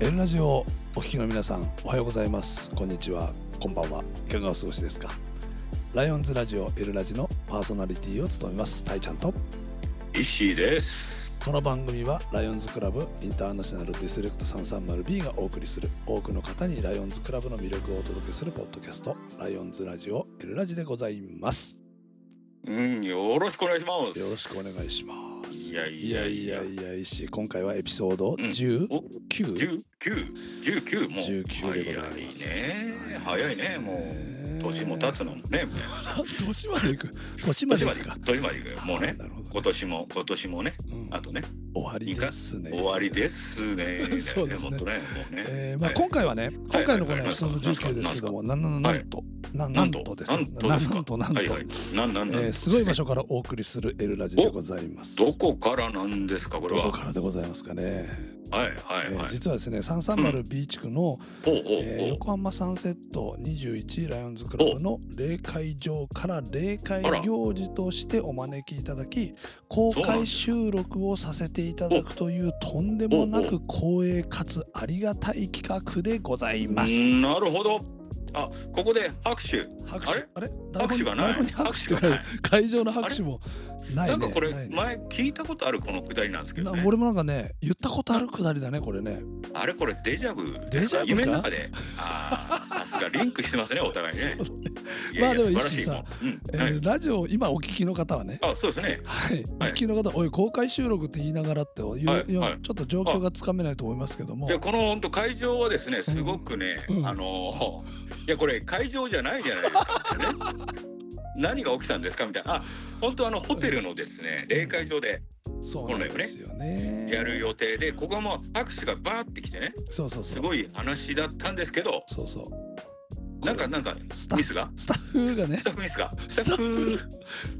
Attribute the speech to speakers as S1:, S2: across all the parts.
S1: エルラジオをお聞きの皆さんおはようございますこんにちはこんばんはいかがお過ごしですかライオンズラジオエルラジのパーソナリティを務めますたいちゃんと
S2: 石井です。
S1: この番組はライオンズクラブインターナショナルディセレクト 330B がお送りする多くの方にライオンズクラブの魅力をお届けするポッドキャストライオンズラジオエルラジでございます
S2: うん、よろしくお願いします。
S1: よろしくお願いします
S2: いやいやいや
S1: いやいやいし今回はエピソード
S2: うん
S1: 19、
S2: お、十九、十九もう。
S1: 19でございます
S2: 早いね。早いね、もう。年も経つのもね、みたいな。
S1: 年まで行く年まで行
S2: 年まで
S1: くか、
S2: 年まで行くよもう
S1: あ
S2: ね
S1: ー。なるほど
S2: 今年も、今年もね、
S1: うん
S2: あとね、
S1: 終わりですね
S2: 終わりですね。
S1: そうですね
S2: 本当ね、もうね。
S1: えーまあ、
S2: はい
S1: 今回はね、今回のこのエピソード
S2: はいはい
S1: 19ですけども、なんなんなんと、ななんとですよ
S2: なんとですか
S1: なんとなんと、
S2: はいはい。なんなん
S1: え
S2: なん
S1: ー。すごい場所からお送りするエルラジでございます。
S2: どこからなんですか、これ
S1: どこ
S2: は。
S1: からでございますかね。
S2: はいはい
S1: えー
S2: はい。
S1: 実はですね、330 B 地区の、
S2: おうお
S1: えー
S2: うおう。
S1: 横浜サンセット21ライオンズクラブの礼会場から礼会行事としてお招きいただき、公開収録をさせていただくというとんでもなく光栄かつありがたい企画でございます。
S2: なるほど。あ、ここで拍手。
S1: 拍
S2: あ
S1: 手
S2: れ
S1: あれ台
S2: 拍
S1: 本
S2: 手
S1: に
S2: がない
S1: 台本に拍手が
S2: な
S1: ないい会場の拍手もないね
S2: なんかこれ
S1: ないね
S2: 前聞いたことあるこのくだりなんですけど、
S1: な
S2: ね、
S1: 俺もなんかね言ったことあるくだりだねこれね
S2: あれこれデジャブ
S1: デジャブか
S2: 夢の中でああさすがリンクして ますねお互いね
S1: そう
S2: いやいや
S1: まあでも
S2: 素晴らしい
S1: 石井さん
S2: もう、うん
S1: え
S2: はい
S1: ーラジオ今お聞きの方はね
S2: あそうですね
S1: はい、
S2: はい
S1: お聞きの方おい公開収録って言いながらっていう、
S2: はいはい
S1: ちょっと状況がつかめないと思いますけども
S2: でこの本当会場はですねすごくね、
S1: うん
S2: あのいやこれ会場じゃないじゃないですかみたいなね 何が起きたんですかみたいなあ本当あのホテルのですね霊会場で
S1: そうなんですよね
S2: やる予定でここはもう拍手がバーってきてね
S1: そうそうそ
S2: す
S1: う
S2: ごい話だったんですけど
S1: そうそう
S2: なんか
S1: こ
S2: なんか
S1: れスタ
S2: ミ
S1: ッフ
S2: スが
S1: スタッフがね
S2: スタッフミスかス
S1: ス
S2: タ
S1: タ
S2: ッ
S1: ッフス
S2: フ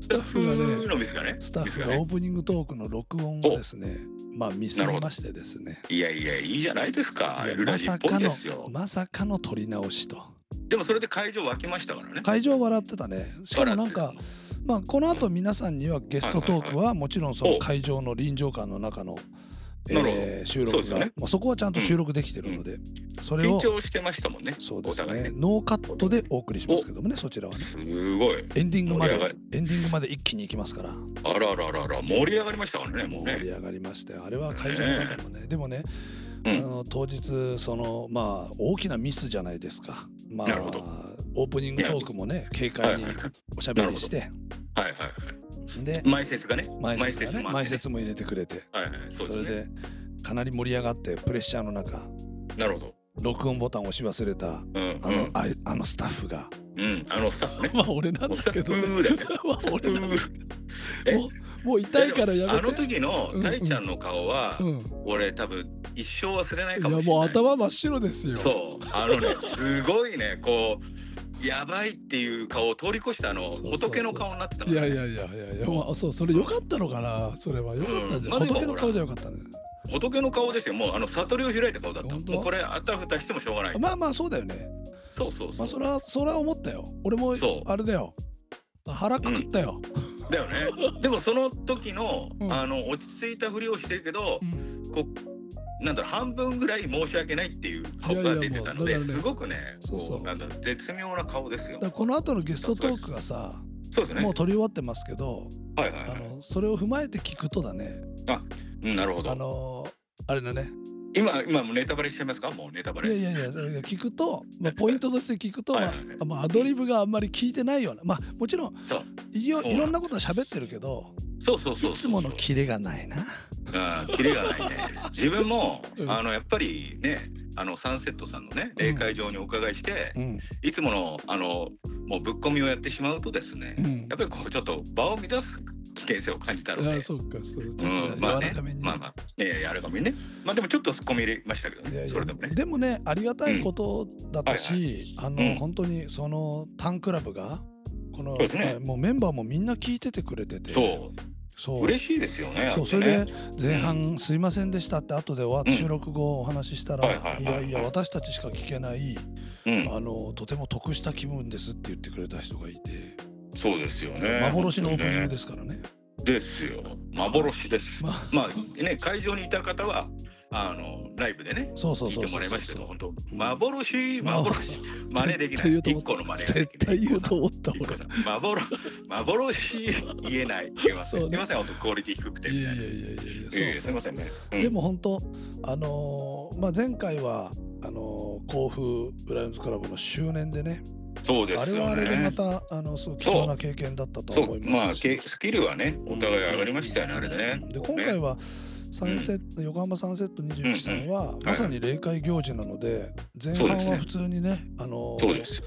S2: ス
S1: タッ
S2: タッ
S1: フがね
S2: フのミスがね
S1: スタッ
S2: ミス
S1: フ
S2: が
S1: が
S2: ね
S1: オープニングトークの録音をですねまあミスりましてですね
S2: いやいやいいじゃないですか
S1: いや
S2: エルラジっぽいですよ、
S1: まさかの撮り直しと
S2: でもそれで会場沸きましたからね
S1: 会場笑ってたねしかもなんか
S2: 笑、
S1: まあ、この後皆さんにはゲストトークはもちろんその会場の臨場感の中の、
S2: なるほど
S1: えー収録
S2: そうです
S1: が
S2: よね
S1: まあそこはちゃんと収録できてるので、それ
S2: 緊
S1: を
S2: 張してましたもんね
S1: そうです
S2: お互い
S1: ね
S2: ね
S1: ノーカットでお送りしますけどもねそちらはね
S2: すごい
S1: エンディングまで
S2: 盛り上が
S1: エンディングまで一気に行きますから
S2: あらららら盛り上がりましたからねもう
S1: 盛り
S2: ね
S1: 上がりましてあれは会場の方もねでもね、
S2: うん
S1: あの当日そのまあ大きなミスじゃないですかまあ
S2: なるほど
S1: オープニングトークもね軽快に
S2: はいはい
S1: おしゃべりして
S2: はいはい
S1: で
S2: 前説がね
S1: 前説がね
S2: 前説もあって
S1: 前説も入れてくれて
S2: はいはい
S1: そ
S2: そう
S1: れ
S2: ですね
S1: でかなり盛り上がってプレッシャーの中
S2: なるほど
S1: 録音ボタンを押し忘れた
S2: うん
S1: あの,あい、あのスタッフ が
S2: うんうんあのスタッフね
S1: まあ俺なんだ
S2: スタ
S1: け
S2: ッ
S1: ど、ね、
S2: フだよね
S1: まあ 俺なんだけど
S2: え
S1: もうもう痛いからやめて
S2: あ の時のたいちゃんの顔は、
S1: うん、
S2: 俺多分一生忘れない
S1: い
S2: か
S1: や
S2: もしれない
S1: もう頭真っ白ですよ
S2: そうあのねすごいねこうやばいっていう顔を通り越したあの
S1: そうそうそう
S2: 仏の顔になってた
S1: い
S2: か
S1: や
S2: らね
S1: いやいやいやいや、まあ、そうそれ良かったのかなそれは良かったんじゃん、
S2: うんまあでも
S1: 仏の顔じゃ良かったね
S2: 仏の顔ですよもうあの悟りを開いた顔だった
S1: 本当
S2: もうこれあたふたしてもしょうがない
S1: まあまあそうだよね
S2: そうそう
S1: ま
S2: そ
S1: あ
S2: う、
S1: それはそれは思ったよ俺も
S2: そう
S1: あれだよ腹くくったよ、
S2: だよねでもその時の、
S1: うん
S2: あの落ち着いたふりをしてるけど
S1: う、ん
S2: こうなんだろう半分ぐらい申し訳ないっていう顔が出てたの
S1: い
S2: で
S1: やいやもうだからね
S2: すごくね
S1: そ
S2: こ
S1: う
S2: う
S1: そう
S2: なんだろう絶妙な顔ですよ
S1: だからこの後のゲストトークがさ
S2: そうですね
S1: もう撮り終わってますけど
S2: はいはい
S1: あ
S2: はい
S1: のそれを踏まえて聞くとだね
S2: うんなるほ
S1: あ
S2: ど
S1: のあれだね
S2: 今今もうネタバレしてますかもうネタバ
S1: い
S2: レ
S1: やいやいやだから聞くと、ま あ、ポイントとして聞くと、
S2: はい
S1: ま
S2: はいはい
S1: あまあ、アドリブがあんまり聞いてないようなまあもちろん
S2: そう
S1: いよ
S2: そうなんです
S1: いろんなことは喋ってるけど
S2: そうそうそうそう
S1: いつものキレがないな。
S2: あーキレがないね自分も、
S1: うん
S2: あのやっぱりねあのサンセットさんのね霊会場にお伺いして、
S1: うん
S2: いつものあのもうぶっ込みをやってしまうとですね、
S1: うん
S2: やっぱりこうちょっと場を乱す危険性を感じたの
S1: あ
S2: で
S1: あそうかそうちょっと
S2: うん
S1: 柔
S2: まあ
S1: ら
S2: ね
S1: かめに、
S2: まあまあいやいやあれかもねまあでもちょっと突っ込み入れましたけどね
S1: いやいや
S2: それでもね
S1: でもねありがたいことだったし、あの、
S2: うん
S1: 本当にそのタンクラブがこの、
S2: そうですね
S1: もうメンバーもみんな聞いててくれてて
S2: そ
S1: そう
S2: う嬉しいですよね
S1: そうそ
S2: やっぱ
S1: れ
S2: ね
S1: で前半「すいませんでした」って後で終わっ
S2: うん
S1: 収録後お話しした
S2: はい
S1: ら「
S2: はい
S1: い
S2: はい
S1: や
S2: はい
S1: いや私たちしか聞けない
S2: うん
S1: あのとても得した気分です」って言ってくれた人がいて
S2: そうですよね
S1: 幻のオープニング
S2: で
S1: ですからね。
S2: ですよ幻です
S1: まあ
S2: まあね会場にいた方はあのライブでね
S1: そうそう
S2: 聞
S1: そ
S2: いうて
S1: そ
S2: も
S1: う
S2: らい
S1: そ
S2: ま
S1: う
S2: したけ
S1: そ
S2: ど
S1: う
S2: 本当
S1: ん
S2: 幻幻真似できない
S1: 絶対言うと思
S2: 一個の真似がで
S1: 絶
S2: きな
S1: 対
S2: い
S1: 言うと思った
S2: 一個
S1: 俺
S2: さん幻幻言えない言えませ
S1: そ
S2: ん、
S1: うね
S2: すいません本当クオリティ低くて
S1: い
S2: みた
S1: や
S2: い
S1: い
S2: な
S1: やいやい
S2: いやい
S1: や
S2: やす
S1: そ
S2: いうま
S1: そ
S2: せ
S1: うん
S2: ね、
S1: でも本当あのーまあ前回はあのー甲府ブライオンズクラブの周年でね
S2: うんそうで
S1: あ
S2: す
S1: れは
S2: よ
S1: あれでま
S2: ね
S1: たあのすごい貴重な経験だったとは
S2: そ
S1: 思
S2: う
S1: い
S2: ま
S1: ま
S2: あ
S1: す
S2: け
S1: し
S2: スキルはねお互い上がりましたよね、あれでね
S1: で今回はサンセット、横浜サンセット21さんは、まさに霊界行事なので、前
S2: そう
S1: 半
S2: ですね
S1: は普通にね、あの
S2: そうです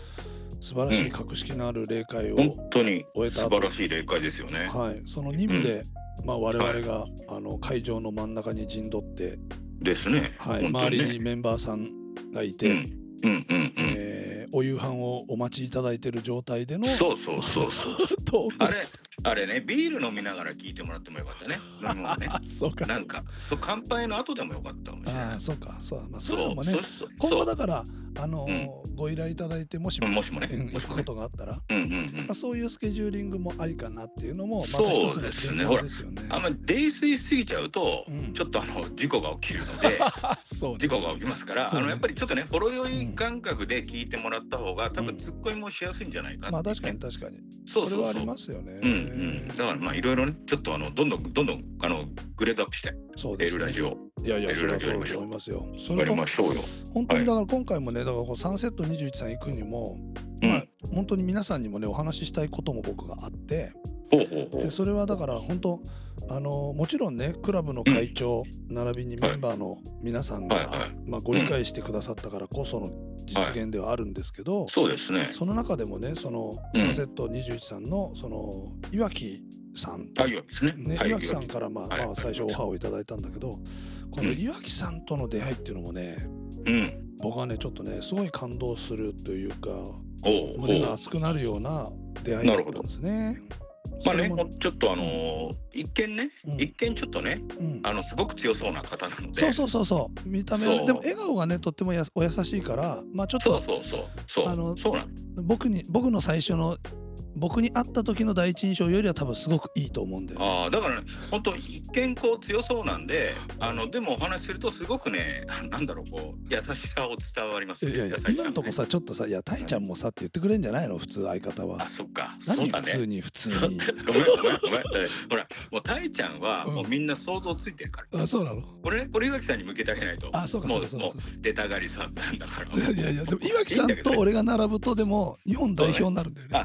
S1: 素晴らしい格式のある霊界を、
S2: 本当に
S1: 終え
S2: 素
S1: た後
S2: 晴らしい例会ですよね、
S1: はい、その2部で、まあ、我々が、
S2: はい
S1: あの会場の真ん中に陣取って、
S2: ですね、
S1: はい
S2: 本当
S1: 周
S2: に
S1: りに
S2: ね
S1: メンバーさんがい
S2: うん
S1: て、
S2: うんうんうん、
S1: えーお夕飯をお待ちいただいてる状態での
S2: そうそうそうそう
S1: トーク
S2: あ れ
S1: でした
S2: あれねビール飲みながら聞いてもらってもよかったね飲み物ね
S1: そうか
S2: なんかそう乾杯の後でもよかったかもしれ
S1: あ
S2: な
S1: あ
S2: い
S1: そうかそうだまあ
S2: そ
S1: そういうのも
S2: う
S1: ね
S2: そうそう
S1: 今
S2: そ
S1: 後
S2: う
S1: だからあのーご依頼いただいてもし
S2: うん
S1: も
S2: もしもね
S1: うん
S2: も
S1: 行
S2: し
S1: く
S2: も
S1: こ
S2: ね
S1: とがあったら、ま
S2: うんうんうん
S1: あ、そういうスケジューリングもありかなっていうのもまた
S2: そ
S1: 一つ
S2: う
S1: の
S2: ですね
S1: 提
S2: ほ
S1: 案
S2: ら
S1: ですよね。
S2: あんまり泥酔しすぎちゃうと、
S1: うん
S2: ちょっとあの事故が起きる ので
S1: あそう
S2: 事
S1: ね
S2: 故が起きますから、
S1: そうね
S2: あのやっぱりちょっとねほろ酔い感覚で聞いてもらった方が多
S1: う
S2: 分
S1: ん
S2: ツッコミもしやすいんじゃないかっていうね、
S1: まあ確かに確かに
S2: そう
S1: それ
S2: そう
S1: は
S2: そ
S1: あ
S2: う
S1: りますよね。
S2: うんうん、だからまあいろいろねちょっとあのどんどんどんどんあのグレードアップして
S1: そう
S2: エ
S1: です
S2: ル
S1: ね
S2: ラジオ
S1: いやいや、
S2: エ
S1: それ
S2: ルラ
S1: は
S2: ジオやりまし
S1: そう
S2: ょう
S1: 思いますよ。そ
S2: や
S1: れ
S2: り
S1: も
S2: ましょうよ。
S1: 本当
S2: は
S1: に
S2: い
S1: だから今回もね、だからこうサンセット21さん行くにも、
S2: う
S1: まあ
S2: ん、
S1: 本当に皆さんにもね、お話ししたいことも僕があって、
S2: ほうほうほ
S1: で
S2: う。
S1: それはだから本当、あのもちろんね、クラブの会長、並びにメンバーの皆さんが、
S2: はいはい。
S1: まあ、ご理解してくださったからこその実現ではあるんですけど、
S2: そうですね。
S1: その中でもね、その
S2: うん
S1: サンセット21さんの、そのいわきさん
S2: あ、いいわけですね。
S1: ね、
S2: はい、
S1: 岩木さんから、まあ
S2: はい
S1: まあ、最初オファーをいただいたんだけどこの
S2: うん
S1: 岩木さんとの出会いっていうのもね
S2: うん。
S1: 僕はねちょっとねすごい感動するというか
S2: おう
S1: 胸
S2: お
S1: が
S2: う。
S1: 熱くなるような出会いだったんですね。
S2: まあね、
S1: それも
S2: ちょっとあのー一見ね、
S1: うん
S2: 一見ちょっとね、
S1: うん
S2: あのすごく強そうな方なので。
S1: そうそうそうそう見た目はね
S2: そう
S1: でも笑顔がねとってもやすお優しいからまあちょっ
S2: そう
S1: と
S2: そうそうそう。
S1: あの
S2: そうなん。
S1: 僕に僕の最初の僕に会った時の第一印象よりは多分すごくいいと思うんで
S2: ああ、だからね、本当一見こう強そうなんで、あのでもお話しするとすごくね、 なんだろうこう優しさを伝わります
S1: いや
S2: よね。
S1: いや
S2: 優しさ
S1: 今のとこ
S2: ね。
S1: さちょっとさ「いやたいちゃんもさ」って言ってくれんじゃないの普通相方は
S2: あ、。そっか。そう
S1: 何
S2: だ
S1: 普通
S2: ね。
S1: に普通 に。
S2: ごめんごめんごめん。だってほら、もうたいちゃんは
S1: うん
S2: もうみんな想像ついてるから。
S1: あそうなの
S2: これねこれ岩木さんに向けてあげないと
S1: あそうかそうかそう
S2: も
S1: か
S2: うもう出たがりさんなんだから
S1: いやいやいやでも岩木さん
S2: いいだけ
S1: と
S2: どね
S1: 俺が並ぶとでも日本代表になるんだよね。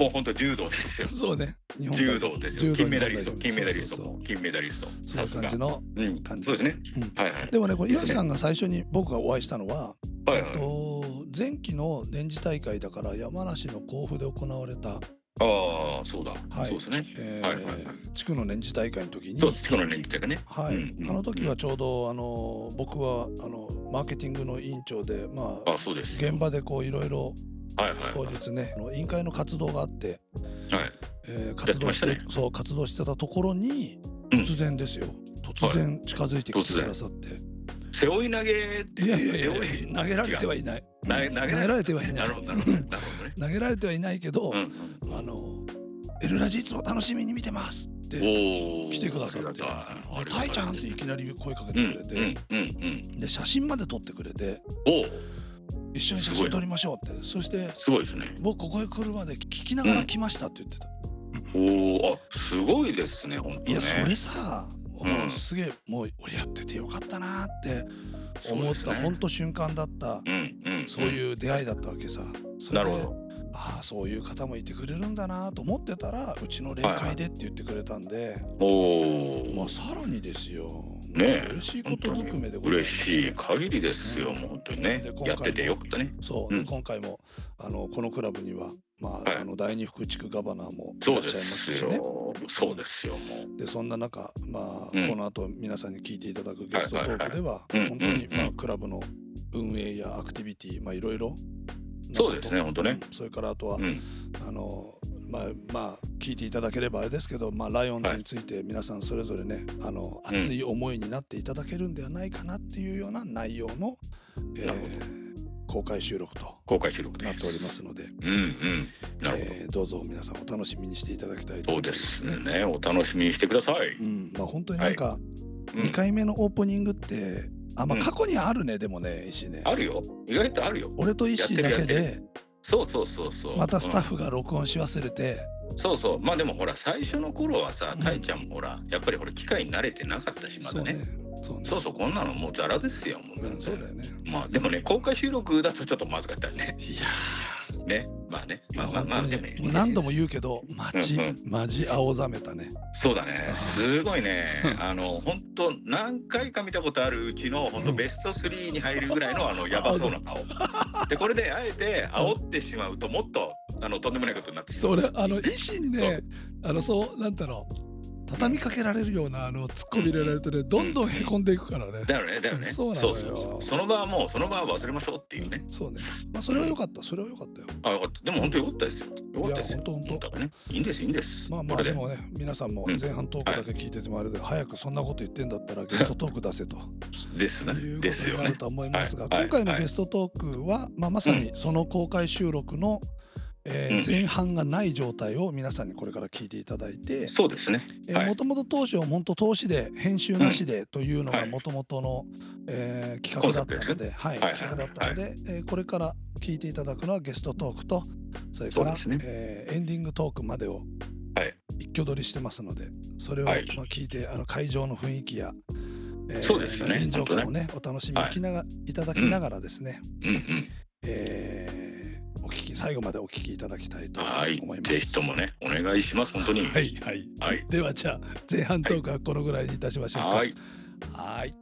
S2: もう本当柔道ですよ
S1: そうね。日本代
S2: 柔
S1: 表
S2: 道ですよ金メダリスト金メダリス
S1: そうそう
S2: ト金メダリスト
S1: そう
S2: さ
S1: そ
S2: す
S1: ういう
S2: が
S1: 感じの。
S2: うん
S1: 感じ
S2: そうですね
S1: うん
S2: はいはい
S1: でもねこれ岩木さんが最初に僕がお会いしたのは、
S2: はい
S1: え
S2: は
S1: っ
S2: い
S1: と前期の年次大会だから山梨の甲府で行われた、
S2: ああそうだ
S1: はい
S2: そうですね
S1: えー
S2: はいはいはい
S1: 地区の年次大会の時に
S2: そう。今日の連携がね
S1: はい
S2: うんうん
S1: あの時はちょうどあの僕はあのマーケティングの委員長で、まあ、
S2: あそうです
S1: 現場でこういろいろ
S2: はいはい
S1: 当日ねあの委員会の活動があって
S2: はい
S1: えー
S2: やっ
S1: 活
S2: て
S1: 動
S2: ま
S1: し
S2: してたね
S1: そう活動してたところに
S2: うん
S1: 突然ですよ、突然近づいてきてくださって、
S2: 背負い投げ
S1: い、やいやいや
S2: 背負い
S1: 投げられてはいない
S2: 投げ投げ
S1: 投げられてはいない
S2: なるほど なるほどなるほどね
S1: 投げられてはいないけど、
S2: うんうん
S1: あの「エルラジいつも楽しみに見てます」って
S2: おお
S1: 来てくださって「でタイちゃん」っていきなり声かけて
S2: うん
S1: くれて、
S2: うんうんうん
S1: で写真まで撮ってくれて
S2: おお
S1: 「一緒に写
S2: すご
S1: 真
S2: い
S1: 撮りましょう」ってそして
S2: すごいですね
S1: 「僕ここへ来るまで聞きながら来ました」って言ってた、
S2: おお、あ、すごいですね、本当ね。
S1: いやそれさも
S2: うん
S1: うすげえもう俺やっててよかったなって思
S2: そう
S1: っ
S2: です
S1: た、
S2: ね
S1: ほんと瞬間だった、
S2: うん、うん、
S1: そう
S2: う
S1: いう出会いだったわけさ。そ
S2: ん。
S1: れ
S2: な
S1: で
S2: るほど。
S1: ああそういう方もいてくれるんだなと思ってたらうちの霊界でって言ってくれたんで、
S2: お
S1: ま
S2: お
S1: あ、、さらにですよ。
S2: ねえ
S1: 嬉しいこ
S2: 本
S1: と
S2: 当
S1: ずく
S2: に
S1: めでございま
S2: 嬉
S1: す
S2: しい限りですよ、
S1: うん
S2: もう本当にね
S1: で今回も。
S2: やっててよかったね。
S1: そう、で
S2: うん
S1: 今回もあのこのクラブには、まあ
S2: はい
S1: あの第二福地区ガバナーもい
S2: そ
S1: ら
S2: う
S1: っ
S2: で
S1: しゃいます
S2: す
S1: しね。
S2: よ。そうですよ、もう。
S1: でそんな中、まあ
S2: うん
S1: この後皆さんに聞いていただくゲストト
S2: はいは
S1: ー
S2: いはい
S1: クでは、
S2: うん
S1: 本当に、
S2: うん
S1: まあ
S2: う、ん
S1: クラブの運営やアクティビティ、まあ、いろいろなこと
S2: そうですね本当ね
S1: うんそれからあとは、
S2: うん、
S1: あのまあまあ聞いていただければあれですけど、まあ、ライオンズについて皆さんそれぞれね、あの
S2: うん
S1: 熱い思いになっていただけるんではないかなっていうような内容の、えー
S2: なるほど
S1: 公開収録と
S2: 公開収録
S1: な
S2: で
S1: って
S2: す。
S1: おりますので
S2: うん、うん。なるほど。
S1: えーどうぞ皆さんお楽しみにしていただきたいと思
S2: そう
S1: いま
S2: ですす
S1: ね。
S2: ね。お楽しみにしてください。
S1: うんまあ、本当になんか
S2: うん
S1: 2回目のオープニングってあまあ
S2: うん
S1: 過去にあるね、でもね石井ね
S2: あるよ意外とあるよ
S1: 俺と石井だけ
S2: やってるやっ
S1: で
S2: そうそうそうそう
S1: またスタッ
S2: フ、
S1: フが録音し忘れて、
S2: うんそうそうまあでもほら最初の頃はさ
S1: うん
S2: たいちゃんもほら、やっぱりほら機械に慣れてなかったしま
S1: そ
S2: だ
S1: う
S2: ね
S1: ねそうね
S2: そうそうこんなのもうザラですよもう
S1: うんそうだよね
S2: まあでもね公開収録だとちょっとまずかったよね
S1: いや
S2: ねまあねまあまあ
S1: 本
S2: まあ
S1: 当
S2: で
S1: に
S2: もね
S1: もう何度も言うけどマジ
S2: うんうん
S1: マジ青ざめたね
S2: そうだねすごいね
S1: うん
S2: あの本当何回か見たことあるうちの本
S1: う
S2: 当
S1: ん
S2: ベスト3に入るぐらいのあのやばそうな顔でこれであえて煽ってしまうともっとあのとんでもないことになってしま
S1: そうれあの医師にねあのそうなんだろう畳みかけられるようなあの突っ込み入れられるとねどんどんへこんでいくからね
S2: だよねだよね
S1: そうなの
S2: そ
S1: よ
S2: うそうそうその場はもうその場は忘れましょうっていうね
S1: そうねまあそれは良かったそれは良かったよ
S2: あよかったでも本当よかったですよよかったで
S1: い
S2: すよ
S1: や本当本当
S2: だからねいいんですいいんです
S1: まあま
S2: こ
S1: あ
S2: れ
S1: でもね皆さんも
S2: うん
S1: 前半トークだけ聞いててもあれで早くそんなこと言ってんだ ったらゲストトーク出せと
S2: です
S1: と
S2: ね
S1: いうこ
S2: です
S1: とに
S2: よ
S1: な
S2: ね
S1: ると思いますが
S2: はいはい
S1: 今回のゲストトークはまあまさにその公開収録のえー
S2: うん
S1: 前半がない状態を皆さんにこれから聞いていただいて
S2: そうですねはい
S1: もともと当初本当投資で編集なしでというの
S2: は
S1: が
S2: い
S1: もともとのえー企画だったのではい
S2: はい
S1: 企画だったのでえーこれから聞いていただくのはゲストトークとそれから
S2: そうですね
S1: えーエンディングトークまでを
S2: はい
S1: 一挙取りしてますのでそれをまあ
S2: はい
S1: 聞いてあの会場の雰囲気やえー
S2: そうですよね
S1: 臨場感をねお楽しみ
S2: はい
S1: きながいただきながらですね
S2: うんうん
S1: えーお聞き最後までお聞きいただきたいと
S2: はい、
S1: 思います。
S2: ぜひともね、お願いします、本当に。
S1: はい、はい
S2: はい、
S1: ではじゃあ前半トークはこのぐらいにいたしましょうか。
S2: はい、
S1: はい。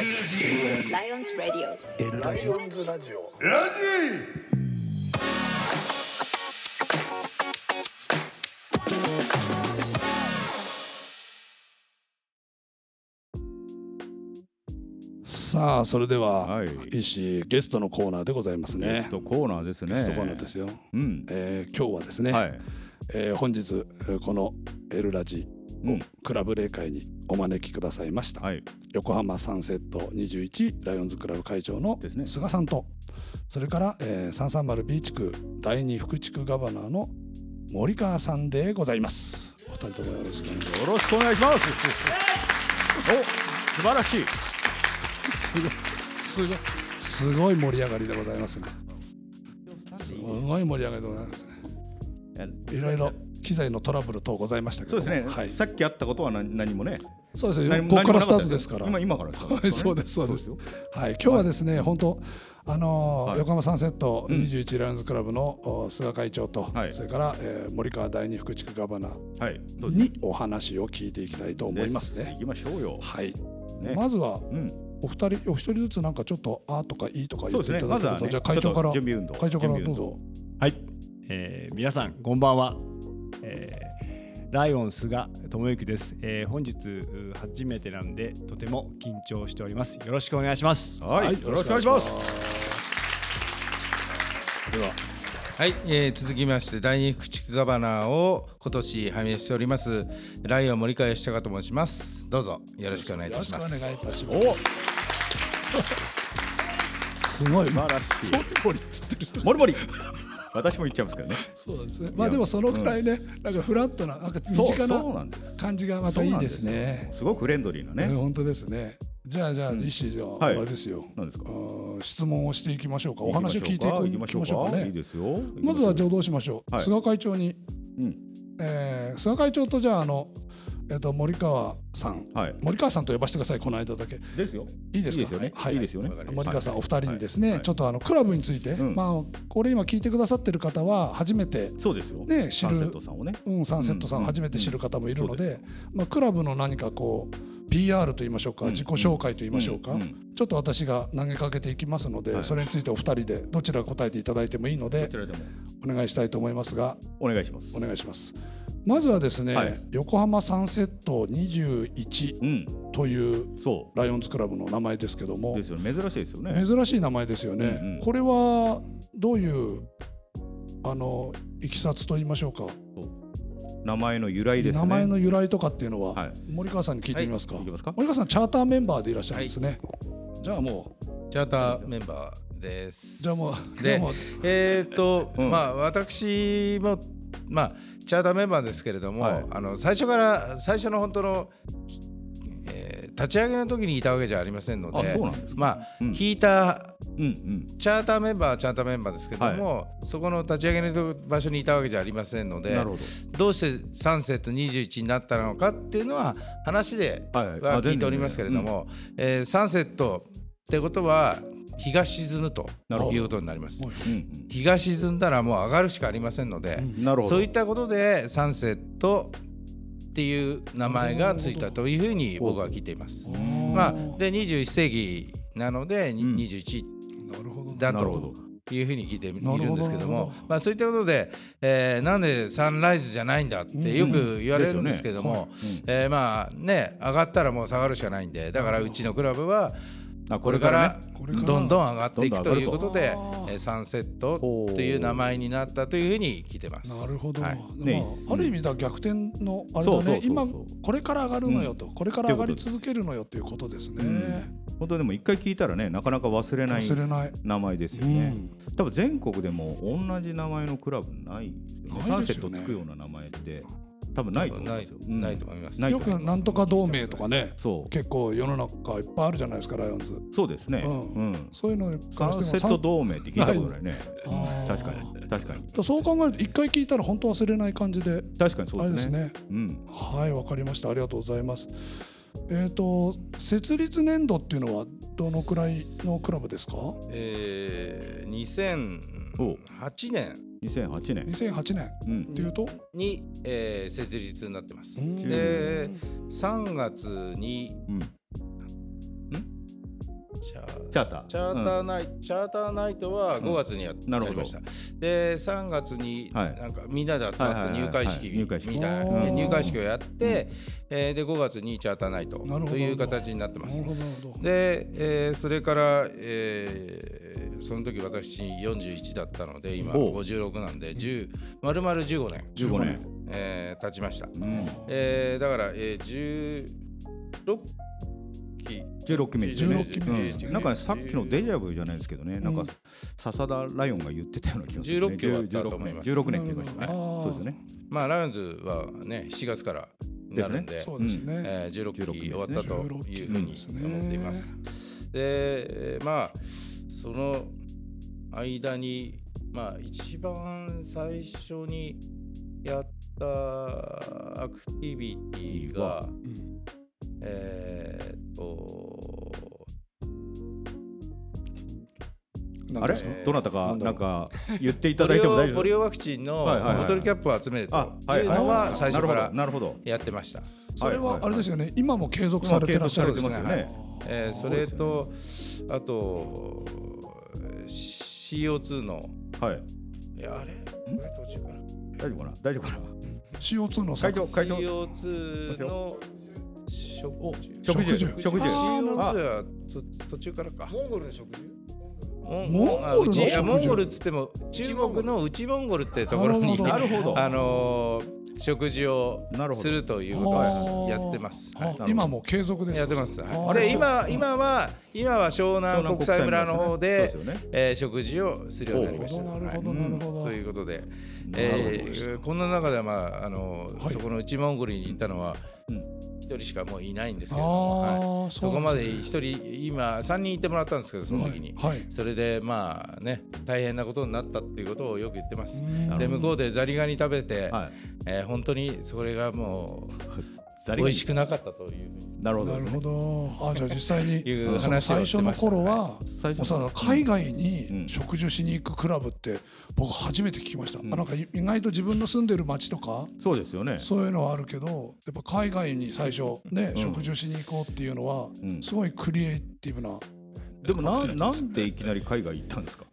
S3: Lions Radio.
S1: エルラジオ。さあそれでは、
S4: はい
S1: い、石井ゲストのコーナーでございます
S4: ゲ
S1: ね
S4: ス。トコーナーですね。
S1: ゲストコーナーですよ。
S4: うん。
S1: えー、今日はですね、
S4: はい。
S1: えー本日えーこのエルラジ
S4: うん。
S1: クラブ例会にお招きくださいました、
S4: はい。
S1: 横浜サンセット21ライオンズクラブ会長の
S4: ですね
S1: 菅さんと、それから、えー、330B 地区第二副地区ガバナーの森川さんでございますお二人ともよろしくお願いし
S4: よろしくお願いします。お、素晴らしい。
S1: ますすごいすごいすごい盛り上がりでございますねすごい盛り上がりでございますねいろいろ機材のトラブル等ございましたけ
S4: そ
S1: ど
S4: う
S1: も
S4: ですね。
S1: はい、
S4: さっきあったことは何何もね。
S1: そうです
S4: 何
S1: よ
S4: も
S1: ここから
S4: 何
S1: ス
S4: も
S1: タ
S4: な
S1: ー
S4: っ
S1: ト
S4: た
S1: ですから
S4: 今今からスタート
S1: はいそうですそうです
S4: よ
S1: はい、今日はですね、本当あのー
S4: はい
S1: 横浜サンセット
S4: うん
S1: 21ライオンズクラブの、お菅会長と、
S4: はい
S1: それから、えー森川第二副地区ガバナー
S4: はい。そうです
S1: にお話を聞いていきたいと思います
S4: です
S1: ね。
S4: 行きましょうよ。
S1: はい、
S4: ね
S1: まずは
S4: うん。
S1: お二人お一人ずつなんかちょっとあーとかいいとか
S4: そ
S1: 言
S4: う
S1: っ
S4: です
S1: てい
S4: ね。
S1: ただ
S4: まずは
S1: けると、
S4: ね。
S1: じゃあ会長から
S4: ちょっと準備運動。
S1: 会長から
S4: 準
S1: どう
S4: 備運動。
S1: ぞ。
S5: はい、えー皆さんこんばんは、えーライオン菅智之です、えー本日う初めてなんでとても緊張しておりますよろしくお願いします
S4: はい。よろしくお願いします。
S1: では
S6: はい、えー続きまして第二駆逐ガバナーを今年拝命しておりますライオン森川義孝と申しますどうぞよろしくお願いいたします
S1: よろしくお願いいたしま
S4: お、素
S1: す。すごい、まあ、
S4: 晴らしい。
S1: ポリっつってる人
S4: もりもり。私も行っちゃいますからね。
S1: そうなんですね。まあでもそのくらいね、なんかフラットな、なん か身
S4: そう
S1: 近
S4: そう
S1: な
S4: なんです。
S1: 感じがまたいいです
S4: そうなん
S1: ね
S4: よ。すごくフレンドリーな
S1: うん
S4: ね。
S1: 本当ですね。じゃあじゃあ、
S4: うん
S1: 医師じゃあ、
S4: はい
S1: あれですよ。
S4: なんですか
S1: あ。ー質問をしていきましょうか。お話を聞いていこうい
S4: 行
S1: き
S4: き
S1: ま
S4: ま
S1: し
S4: し
S1: ょ
S4: ょ
S1: う
S4: う
S1: か
S4: か。
S1: ね。
S4: いいですよ。
S1: まずはじゃあ
S4: ょ
S1: どうしましょう。
S4: はい
S1: 菅会長に、
S4: うん
S1: えー菅会長とじゃああのえっ、と森川さん、
S4: はい。
S1: 森川さんと呼ばせてください。この間だけい
S4: ですよ。
S1: いですか。
S4: いいですよね
S1: はい
S4: いいですよね
S1: わかりました森川さん、
S4: はい
S1: お二人にですね、
S4: はい
S1: ちょっとあのクラブについて、
S4: うん
S1: まあこれ今聞いてくださってる方は初めて
S4: そうですよ。
S1: ね知
S4: サンセッ
S1: る
S4: トさんをね。
S1: うん、サンセットさ
S4: う
S1: んを
S4: ん
S1: 初めて知る方もいるので,、
S4: うんそうで
S1: まあ、クラブの何かこう PR と言いましょうか、
S4: うん
S1: 自己紹介と言いましょうか、
S4: んん
S1: ちょっと私が投げかけていきますので、
S4: はい
S1: それについてお二人でどちら答えていただいてもいいの
S4: こ
S1: で
S4: ちらでも
S1: お願いしたいと思いますが
S4: お願いします。
S1: お願いします。まずはですね、
S4: はい
S1: 横浜サンセット21
S4: うん。
S1: という
S4: そ
S1: ライオンズクラブの名前ですけど
S4: う
S1: も
S4: ですよね。珍しいですよね。
S1: 珍しい名前ですよね、
S4: うんうん
S1: これはどういうあのいきさつと言いましょうか、
S4: 名前の由来ですね。
S1: 名前の由来とかっていうのは、
S4: はい
S1: 森川さんに聞いてみますか、
S4: いきますか。
S1: 森川さんチャーターメンバーでいらっしゃるんですね、じゃあもう
S6: チャーターメンバーです
S1: じゃあもうじゃあ
S6: で
S1: もう
S6: えーっと、
S4: うん
S6: まあ私もまあチャーターメンバーですけれども、
S5: はい
S6: あの最初から最初の本当の、えー立ち上げの時にいたわけじゃありませんの
S5: あ
S6: で
S5: そうなんですか
S6: まあ、
S5: うん
S6: 聞いた
S5: うんうん
S6: チャーターメンバーはチャーターメンバーですけども、そこの立ち上げの場所にいたわけじゃありませんので
S5: なるほど
S6: どうして3世と21になったのかっていうのは話で
S5: はいはいあ全
S6: は聞
S5: 然
S6: いておりますけれども、えーサンセットってことは日が沈むと
S5: なるほど
S6: いうことになります。
S5: うん
S6: 日が沈んだらもう上がるしかありませんので、
S5: うんなるほど
S6: そういったことでサンセットっていう名前がついたというふうに僕は聞いています。まあ、で21世紀なので、に
S5: うん
S6: 21
S1: なるほど
S6: だ
S5: なるほ
S6: というふうに聞いている
S1: なるほど
S6: んですけど
S1: なる
S6: も
S1: ほど
S6: まあ、そういったことで、えーなんでサンライズじゃないんだってよく言われるんですけども、えーまあね上がったらもう下がるしかないんでだからうちのクラブは
S5: あこ
S6: こ
S5: れ
S6: れ
S5: か
S6: から
S5: ね
S6: ら
S1: これから
S6: どんどん上がっていく
S5: ど
S6: と
S5: ん
S6: い
S5: ど
S6: う
S5: 上がる
S6: ん
S5: と
S6: ことで
S1: あー
S6: えーサンセットという名前になったというふうに聞いてます。
S1: なるほど、
S6: はい
S5: ね
S1: まあ、ある意味だ逆転のあれ
S5: そうそう
S1: だね
S5: そうそう
S1: 今これから上がるのよと、これから上がり続けるのよっていうことですね、
S2: 本当でも一回聞いたらねなかなか忘れない
S1: 忘れない、
S2: 名前ですよね、多分全国でも同じ名前のクラブないですよ
S1: ない
S2: ねサ
S1: で
S2: ン
S1: す
S2: セ
S1: よね
S2: ットつくような名前って多分ないと思うん
S6: な
S2: で
S6: い
S2: すよ
S6: ないと思います。
S2: な
S1: う
S2: い
S1: ん、
S2: と
S1: よくなんとか同盟とかね
S2: そう
S1: 結構世の中いっぱいあるじゃないですかライオンズ
S2: そうですね、
S1: う
S2: うんん
S1: そういうのに
S2: サンセット同盟って聞いたことないね
S1: あー
S2: 確かに確かに
S1: とそう考えると一回聞いたら本当忘れない感じで
S2: 確かに
S1: あ
S2: そう
S1: れ
S2: で
S1: ですす
S2: ね
S1: ね
S2: うん
S1: はいわかりましたありがとうございますえっ、と設立年度っていうのはどのくらいのクラブですか
S6: えー、2008年
S2: 2008年、
S1: 2008年
S2: うん、
S1: っていうと、
S6: に、えー設立になってます。
S1: うん
S6: で3月に、
S2: うん
S6: チャー
S2: チャーター
S6: チャーターナイト、チャーターナイトは
S2: うん
S6: 5月にや,、
S2: なる
S6: や
S2: ほ
S6: り
S2: ど
S6: ました。で3月に、
S2: はい
S6: なんかみんなで集まって
S2: はいはい
S6: 入会
S2: はいはい
S6: 式
S2: 入会式
S6: みたいな、
S1: おー
S6: 入会式をやって、えーで5月にチャーターナイト
S1: なるほど
S6: という形になってま
S1: な
S6: す
S1: る。ほどなるほど
S6: で、えーそれから、えーその時私41だったので今
S2: お
S6: 56なんで10丸々15年、
S2: 15年、
S6: えー経ちました。
S2: うん、
S6: えーだから、えー、16期
S2: 16期目ですね
S1: 16期目ですね
S2: うんなんかさっきのデジャブじゃないですけどね、なんか笹田ライオンが言ってたような気がする、ね、
S6: 16期はあったと思います
S2: 16年って言いました
S1: な
S2: ね
S1: るほど
S2: そうですね
S6: まあライオンズはね7月からになるんで
S1: そうですね、
S6: えー、16期
S2: 16期
S6: 終わったというふうに思っています。
S1: 16
S6: で、えーまあその間にまあ一番最初にやったアクティビティが、
S1: ん
S6: えーっと
S1: なん
S2: あ
S1: で
S2: れ
S1: すか
S2: どなたか
S1: んだろ
S2: な
S1: うん
S2: か言ってい
S6: ポ
S2: ただい
S6: リ
S2: ても大
S6: オ
S2: 丈夫
S6: ポリオワクチンの
S2: はいはいはい
S6: ボトルキャップを集めると
S2: あはいいうはい
S6: の
S2: は
S6: はい最初か
S2: なる
S6: ら
S2: ほどなるほど
S6: やってました。
S1: それはあれですよ
S2: ね
S1: ね、今も継続されてらっしゃるんです
S2: 継続されて
S1: ね
S6: えーそれとあとえー CO2 の
S2: はい
S6: いやあれこれ途中から
S2: 大丈夫かな大丈夫かな
S1: CO2 の
S2: 会長会長
S6: CO2 の食
S2: 食
S1: 食
S2: 事
S1: 事
S2: 食事
S1: あーなるほど
S6: CO2 はと途中からかモンゴルの食事モ
S1: モンゴルの食事
S6: モンゴルっつっても中国の内モンゴルってところに
S1: な
S2: るほど
S6: あのー食事を
S2: なるほど
S6: するということをやってます。
S1: あ
S6: はい
S2: ほど
S1: 今も継続ですか
S6: やってます。は
S1: あ
S6: い
S1: れ
S6: で今今は今は湘南国際村の方で
S2: そうですよね
S6: えー食事をするようになりました。
S1: なる
S6: はい
S1: ほどなるほどなるほど
S6: そういうこと
S2: な
S6: で、
S2: るほど
S6: えーこんな中でまああの、
S1: はい
S6: そこの内モンゴルに行ったのは
S2: う
S6: 一、
S2: ん
S6: 人しかもういないんです
S1: あ
S6: けれども、はい
S1: ー
S6: そこ
S1: うな
S6: ま
S1: んす
S6: で一人今三人行ってもらったんですけどその時に、
S1: はいはい
S6: それでまあね大変なことになったっていうことをよく言ってます
S1: う。ん
S6: で向こうでザリガニ食べて、
S2: はい
S6: えー本当にそれがもう
S2: ザリ
S6: 美
S2: ガニ
S6: 味しくなかったというふうに
S2: なるほど
S1: な
S2: で
S1: る
S2: すね
S1: ほどあじゃあ実際に
S6: いう
S1: その
S6: 話
S1: 最
S6: をし
S1: 初
S6: て
S1: の
S6: ましたね
S1: 頃は
S2: 最
S1: もう
S2: 初
S1: さ
S2: の
S1: 海外
S2: う
S1: に
S2: ん
S1: 食事しに行くクラブって僕初めて聞きました、あなんか意外と自分の住んでる町とか
S2: そうですよね
S1: そういうのはあるけどやっぱ海外に最初ね、
S2: うん
S1: 食事をしに行こうっていうのは、
S2: うん
S1: すごいクリエイティブな
S2: でもななんでいきなり海外行ったんですか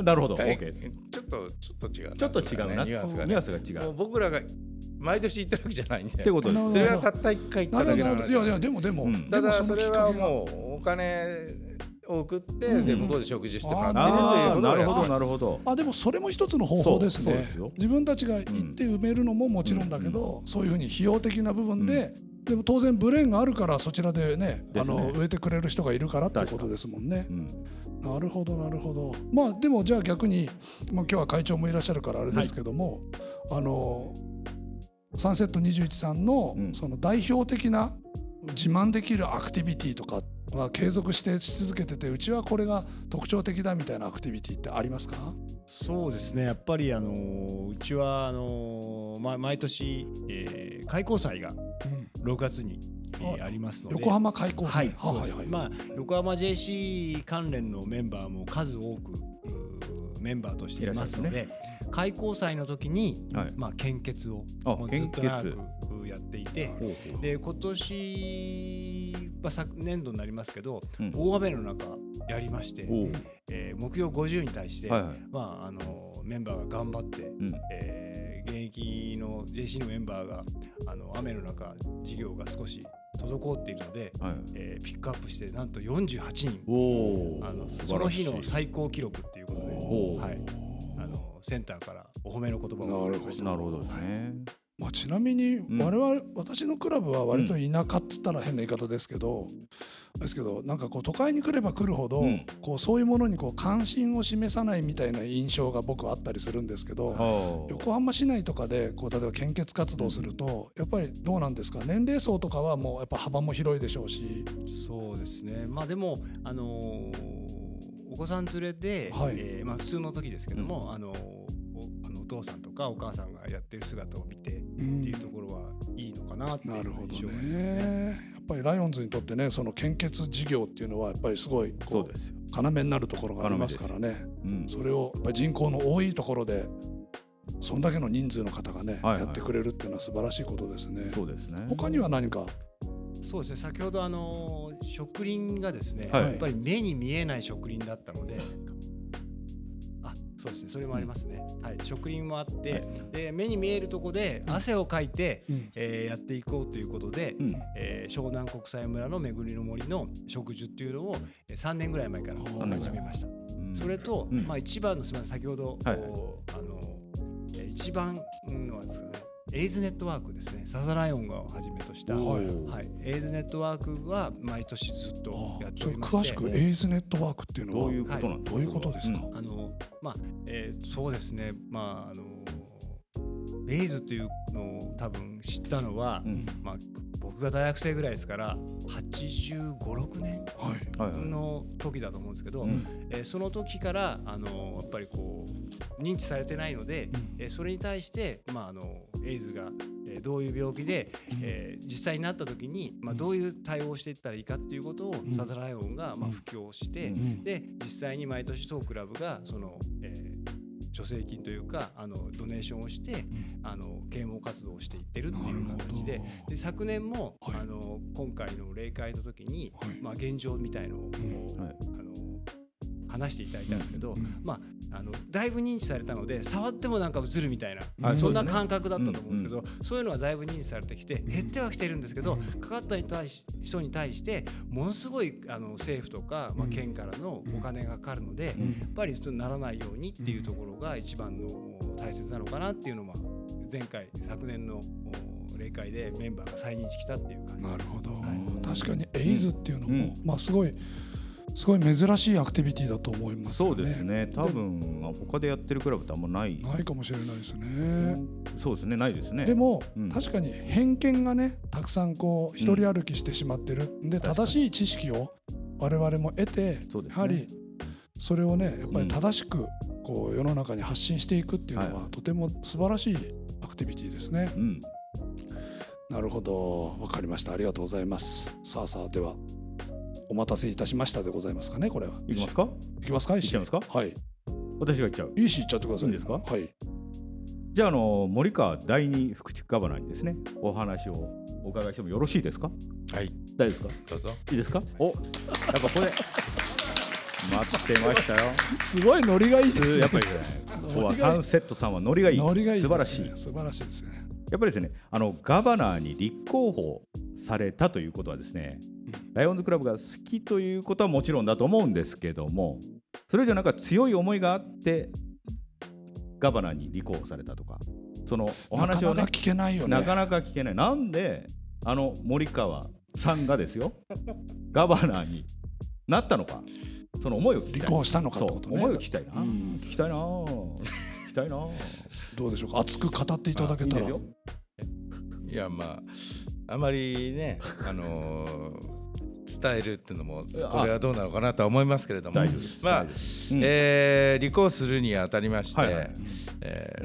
S2: んなるほど OK です
S6: ちょっとちょっと違うな
S2: ちょっと違うな
S6: ニュアンスが
S2: ニ
S6: ね
S2: ュアンスが違
S6: もう
S2: う
S6: 僕らが毎年行ってるわけじゃないんで
S2: ってことです
S6: それはたった一回行
S1: な
S6: っただ
S1: る
S6: け
S1: ほ
S6: の
S1: ど
S6: 話
S1: いやいやでもでも、
S2: うん
S1: で
S6: た
S1: も
S6: だ
S1: の
S6: そ
S1: きっ
S6: れ
S1: か
S6: は
S1: けが
S6: もうお金を送って、
S1: うん
S6: で向こうで食事してもらってるという
S2: あ
S6: こ
S2: あ
S6: と
S2: なるほ
S6: を
S2: ど
S6: やってま
S2: な
S6: す
S2: るほど
S1: あでもそれも一つの方法です
S2: そうそう
S1: ね
S2: ですよ
S1: 自分たちが行って埋めるのももちろんだけど、そういうふうに費用的な部分で、でも当然ブレーンがあるからそちらでねあ
S2: ですね
S1: の植えてくれる人がいるからってことですもんね
S2: う。ん
S1: なるほどなるほどまあでもじゃあ逆に、まあ、今日は会長もいらっしゃるからあれですけども、あのサンセット21さんの,、
S2: うん
S1: その代表的な自慢できるアクティビティとかは継続してし続けててうちはこれが特徴的だみたいなアクティビティってありますか
S5: そうですねやっぱりあのーうちはあのーま、毎年、えー開校祭が6月に、えー
S1: はい
S5: ありますので
S1: 横浜開港
S5: は
S1: 祭
S5: い、そうです
S1: はい
S5: まあ横浜 JC 関連のメンバーも数多くうーメンバーとしています
S2: い
S5: の
S2: ら
S5: で、開校祭の時に、
S2: はい
S5: まあ献血を
S2: あ
S5: もうずっと長
S2: 献血
S5: くやっていて
S2: ほうほう
S5: で今年、まあ、昨年度になりますけど、
S2: うん
S5: 大雨の中やりまして、
S2: おう
S5: えー目標50に対して、
S2: はいはい
S5: まああのメンバーが頑張って、
S2: うん
S5: えー現役の JC のメンバーがあの雨の中事業が少し滞っているので、
S2: はい
S5: えーピックアップしてなんと48人
S2: おお
S5: あの
S2: 素
S5: そ
S2: 晴
S5: の
S2: らし
S5: 日
S2: い
S5: の最高記録っていうことで、
S2: おー
S5: はい、あのセンターからお褒めの言葉をいただきました
S2: なるほどですね
S1: まあ、ちなみに
S2: ん
S1: 我々、私のクラブは割と田舎っつったら変な言い方ですけど、ですけどなんかこう都会に来れば来るほど、
S2: うん
S1: こうそういうものにこう関心を示さないみたいな印象が僕はあったりするんですけど、
S2: はあ
S1: 横浜市内とかでこう例えば献血活動すると、やっぱりどうなんですか年齢層とかはもうやっぱ幅も広いでしょうし、
S5: そうですねまあでもあのーお子さん連れで、
S1: はい
S5: えーまあ、普通の時ですけども、あのーおあのお父さんとかお母さんがやってる姿を見てっ
S1: うん
S5: ていうところはいいのかなっていう
S1: なるほど
S5: 印象がありますね。
S1: ねやっぱりライオンズにとってねその献血事業っていうのはやっぱりすごい
S2: そう
S1: こう
S2: ですよ
S1: 要になるところがありますからね。
S2: うん
S1: それをやっぱり人口の多いところでそんだけの人数の方がね、
S2: はいはい
S1: やってくれるっていうのは素晴らしいことですね。
S2: そうですね
S1: 他には何か、
S5: そうですね先ほどあのー植林がですね、
S2: はい
S5: やっぱり目に見えない植林だったので。あそうですねそれもありますね、はい植林もあって、
S2: はい
S5: で目に見えるとこで汗をかいて、えーやっていこうということで、
S2: うん
S5: えー湘南国際村の巡りの森の植樹っていうのをえー3年ぐらい前から始めました。
S2: うん
S5: それと、
S2: うん
S5: まあ、一番のすみません先ほど、
S2: はい
S5: こうあのえー一番のはですかねエイズネットワークですねサザライオンがをはじめとした、
S2: お
S5: は
S2: ー
S5: い、エイズネットワークは毎年ずっとやって
S1: そ
S5: お
S1: れ
S5: りまして
S1: 詳しくエイズネットワークっていうのは
S2: どういうことなんですか
S1: どういうことですか、
S2: うん
S5: あのまあ、えーそうですねまああのエイズというのを多分知ったのは、
S2: うん
S5: まあ、僕が大学生ぐらいですから8 5 6年
S1: はい、
S2: はいはい
S5: の時だと思うんですけど、
S2: うん
S5: えーその時からあのやっぱりこう認知されてないので、
S1: ん
S5: えーそれに対して、まあ、あのエイズが、えーどういう病気で、えー実際になった時に、まあ、どういう対応をしていったらいいかっていうことを、
S1: ん
S5: サザンライオンが、まあ、布教して、
S2: うん
S5: で実際に毎年当クラブがその、えー助成金というかあのドネーションをして、あの啓蒙活動をしていってるっていう形でで昨年も、
S1: はい
S5: あの今回の例会の時に、
S1: はい
S5: まあ、現状みたいのを、
S2: んはい
S5: あの話していただいたんですけど、まあ、あのだいぶ認知されたので触ってもなんか映るみたいな、
S2: あ
S5: そ
S2: そ
S5: ん
S2: うです
S5: な
S2: ね
S5: 感覚だったと思うんですけど、そういうのはだいぶ認知されてきて減ってはきてるんですけど、かかった人に対し人に対してものすごいあの政府とか、まあ、県からのお金がかかるので、やっぱりそうならないようにっていうところが一番のお大切なのかなっていうのは前回昨年のお例会でメンバーが再認識したっていう感じです。
S1: なるほど、
S5: はい
S1: 確かにエイズっていうのも、
S2: うん
S1: まあすごいすごい珍しいアクティビティだと思います
S2: そ
S1: よね。
S2: うですね多分あ他でやってるクラブってあんまない
S1: ないかもしれないですね。
S2: そうですねないですね
S1: でも、
S2: うん
S1: 確かに偏見がねたくさんこう一人歩きしてしまってる、で
S2: 確かに
S1: 正しい知識を我々も得て、
S2: そうですね
S1: やはりそれをねやっぱり正しくこう世の中に発信していくっていうのは、
S2: は
S1: とても素晴らしいアクティビティですね
S2: う。ん
S1: なるほどわかりましたありがとうございます。さあさあではお待たせいたしましたでございますかねこれは。
S2: いきますか
S1: いきますか
S2: いっちゃいますか
S1: はい。
S2: 私が行っちゃう
S1: いいしいっちゃってください。
S2: いいんですか
S1: はい。
S2: じゃああの森川第二副地ガバナにですねお話をお伺いしてもよろしいですか
S6: はい
S2: 大丈夫ですか
S6: どうぞ
S2: いいですかおやっぱこ こで待ってましたよ
S1: すごいノリがいいです
S2: す
S1: ね。
S2: やっぱりねここはサンセットさんはノリがいい
S1: ノリがいいです
S2: 素
S1: ね
S2: 晴らしい
S1: 素晴らしいですね。
S2: やっぱりですねあのガバナーに立候補されたということはですね、ライオンズクラブが好きということはもちろんだと思うんですけどもそれじゃなんか強い思いがあってガバナーに立候補されたとかそのお話を
S1: なかなか
S2: ね
S1: 聞けないよね。
S2: なかなか聞けないなんであの森川さんがです よガバナーになったのかその思いを聞きたい
S1: 立候補したのかってことね
S2: そう思いを聞きたいな、
S1: うん
S2: 聞きたいなきたいな。
S1: どうでしょうか熱く語ってい ただけたら
S2: いいですよ
S6: いやまああまりねあのー伝えるっていうのもこれはどうなのかなとは思いますけれども
S2: 大丈夫です
S6: まあ
S2: 大丈夫ですうん
S6: えー、履行するにあたりまして、
S2: はいはい
S6: え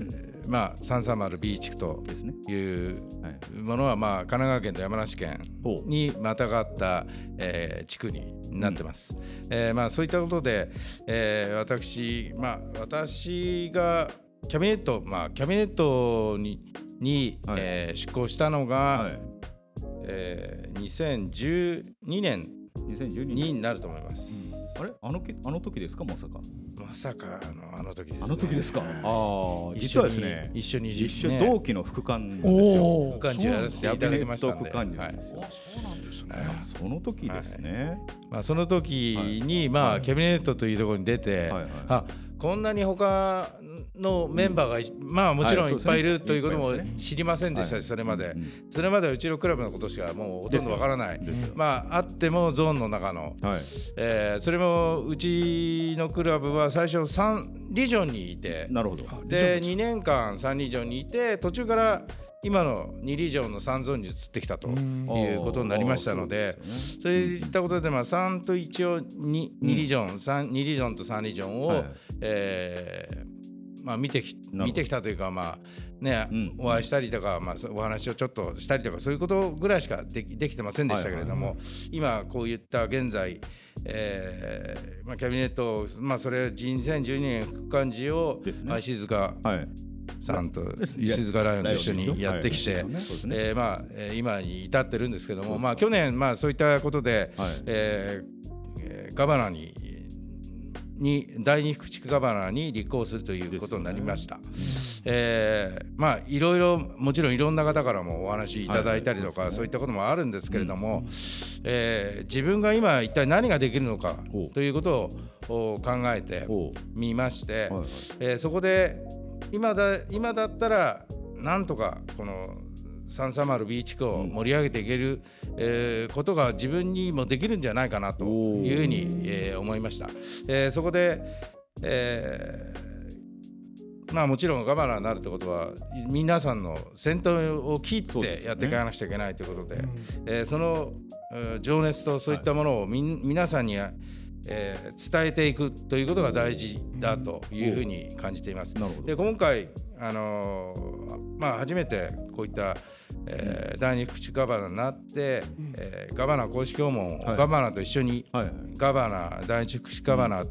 S6: ーまあ、330B 地区と
S2: ですね。
S6: いう
S2: はい。
S6: ものは、まあ、神奈川県と山梨県
S2: ほう
S6: にまたがった、えー地区になってます。えーまあ、そういったことで、えー私、まあ、私がキャビネット、まあ、キャビネットにに、
S2: はい
S6: えー出向したのが、
S2: はい。
S6: えー2012年
S2: 2012
S6: に
S2: 年。
S6: なると思います。
S2: あれあのけあの時ですかまさか。
S6: まさかあのあの時です、ね。
S2: あの時ですか。
S6: はい
S2: ああ実はですね。
S6: 一緒に
S2: 一緒
S6: ね
S2: 同期の副官なんですよ。
S1: おお
S6: 副官長やらせていただきましたんで、
S2: キャビネット副官
S6: は
S2: なん
S6: い
S2: ですよ。
S1: そうなんですね
S2: あその時ですね。
S6: まあ、その時に、まあ、キャビネットというところに出
S2: は
S6: て、
S2: いはい
S6: あこんなに他のメンバーがい、まあもちろ
S2: は
S6: ん
S2: い
S6: いっぱいい
S2: そうです
S6: る
S2: ね
S6: ということも
S2: いっぱいいますね
S6: 知りませんでした
S2: はい
S6: し、それまで、
S2: うん
S6: それまではうちのクラブのことしかもうほとんどわからない
S2: ですよ、
S6: まああってもゾーンの中の、
S2: はい。
S6: えーそれもうちのクラブは最初3リージョンにいて
S2: なるほど。
S6: で2年間3リージョンにいて途中から今の2リージョンの3ゾーンに移ってきたということになりましたので。
S2: あーそう
S6: そういったことで、まあ、3と1を 2,
S2: うん
S6: 2リージョン、3 2リージョンと3リージョンを、
S2: はい
S6: えーまあ、見てき
S2: ほど
S6: 見てきたというか、まあね
S2: うん
S6: お会いしたりとか、まあ、そうお話をちょっとしたりとかそういうことぐらいしかできできてませんでしたけれども、今こういった現在、えーまあ、キャビネット、まあ、それ2012年副幹事を、
S2: ですね
S6: まあ、静香
S2: はい。
S6: さんと
S2: です
S6: 静香ライオンと一緒にやってき
S2: はい。そう
S6: て
S2: ですね。
S6: えーまあえー今に至ってるんですけども、まあ、去年、まあ、そういったことで、
S2: はい
S6: えーえーガバナにに第二福地区ガバナに立候補するということになりました。えーまあいろいろもちろんいろんな方からもお話いただいたりとか、
S2: はいはい
S6: そ
S2: そううですね
S6: いったこともあるんですけれども、えー自分が今一体何ができるのか
S2: ほう
S6: ということをお考えて
S2: ほ
S6: みまして、
S2: うはいはい
S6: えーそこで今だ今だったらなんとかこの 330B 地区を盛り上げていける、えーことが自分にもできるんじゃないかなというふうに、えー思いました、えーそこで、えーまあもちろんガバナーになるってことは皆さんの先頭を切
S2: そう
S6: っ
S2: ですよ
S6: て
S2: ね
S6: やっていかなくちゃいけないということでえーそのえー情熱とそういったものをみん、皆さんに、えー伝えていくということが大事だというふうに感じています。
S2: なるほど
S6: で今回、あのーまあ、初めてこういった、えー第二福祉ガバナになって、えーガバナ公式訪問を
S2: はい
S6: ガバナと一緒に、
S2: はいはい
S6: ガバナ第一福祉ガバナ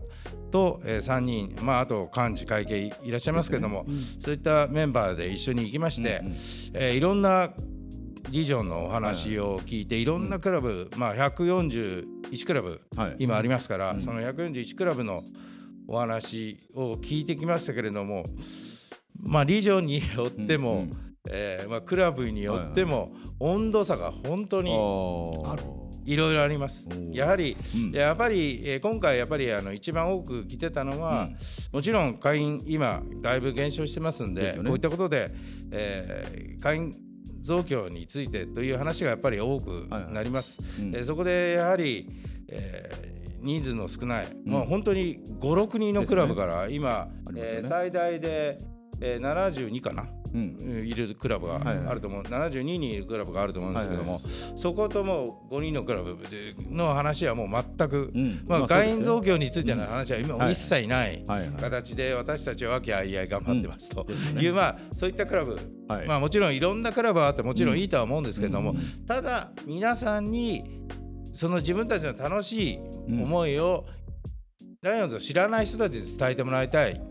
S6: と、え3人、まあ、あと幹事会計いらっしゃいますけれども、そういったメンバーで一緒に行きまして、
S2: うんうん
S6: えーいろんなリジョンのお話を聞いて、いろんなクラブ、まあ、141クラブ
S2: はい
S6: 今ありますから、
S2: うん
S6: その141クラブのお話を聞いてきましたけれども、まあ、リジョンによっても、
S2: うんうん
S6: えーまあ、クラブによっても温度差が本当に
S2: あー
S1: ある
S6: いろいろあります
S2: お。ー
S6: やはり、
S2: うん
S6: やっぱり、えー今回やっぱりあの一番多く来てたのは、
S2: うん
S6: もちろん会員今だいぶ減少してますんで
S2: ですよね
S6: こういったことで、えー会員増強についてという話がやっぱり多くなります。
S2: うん
S6: えーそこでやはり、えー人数の少ない、
S2: ん
S6: もう本当に56人のクラブから今、
S2: ありますよ
S6: え
S2: ね
S6: ー最大で、えー72かな。
S2: うん
S6: いるクラブが
S2: はいはい
S6: あると思う、72人いるクラブがあると思うんですけども、そこともう5人のクラブの話はもう全く、
S2: うん
S6: まあ
S2: まあそうです
S6: 会
S2: よ
S6: 員増強についての話は今も一切ない
S2: はいはいはい
S6: 形で私たちは和気あいあい頑張ってますと
S2: ですよ
S6: い
S2: ね
S6: う、まあ、そういったクラブ、
S2: はい
S6: まあ、もちろんいろんなクラブはあってもちろんいいとは思うんですけども、
S2: うん
S6: ただ皆さんにその自分たちの楽しい思いを、ライオンズを知らない人たちに伝えてもらいたい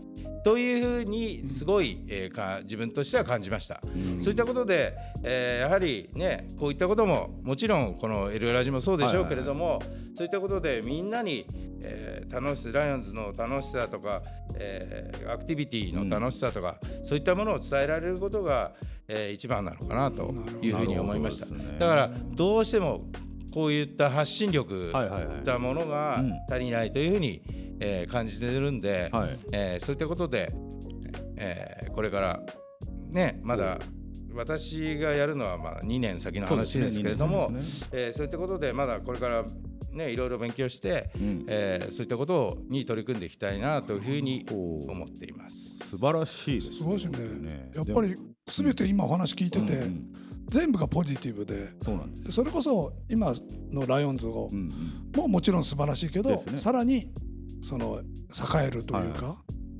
S6: というふうにすごい、えーか自分としては感じました。そういったことで、えーやはりねこういったことももちろんこの「エルラジ」もそうでしょうけれども、そういったことでみんなに、えー楽しライオンズの楽しさとか、えーアクティビティの楽しさとか、そういったものを伝えられることが、えー一番なのかなというふうに思いました。
S2: なるほどですね
S6: だからどうしてもこういった発信力
S2: はいはいはい
S6: いったものが
S2: うん
S6: 足りないというふうに、えー感じてるんで、
S2: はい
S6: えーそういったことで、えーこれからねまだ私がやるのはまあ2年先の話ですけれど
S2: そ
S6: もそう,、
S2: うですね
S6: えーそういったことでまだこれからねいろいろ勉強して、
S2: うん
S6: えーそういったことに取り組んでいきたいなというふうに
S2: おー
S6: 思っています。
S2: 素晴らしいです
S1: ごいですね。やっぱり全て今お話聞いてて、全部がポジティブで
S2: そうなんです
S1: それこそ今のライオンズを、ももちろん素晴らしいけど、さらにその栄えるというか、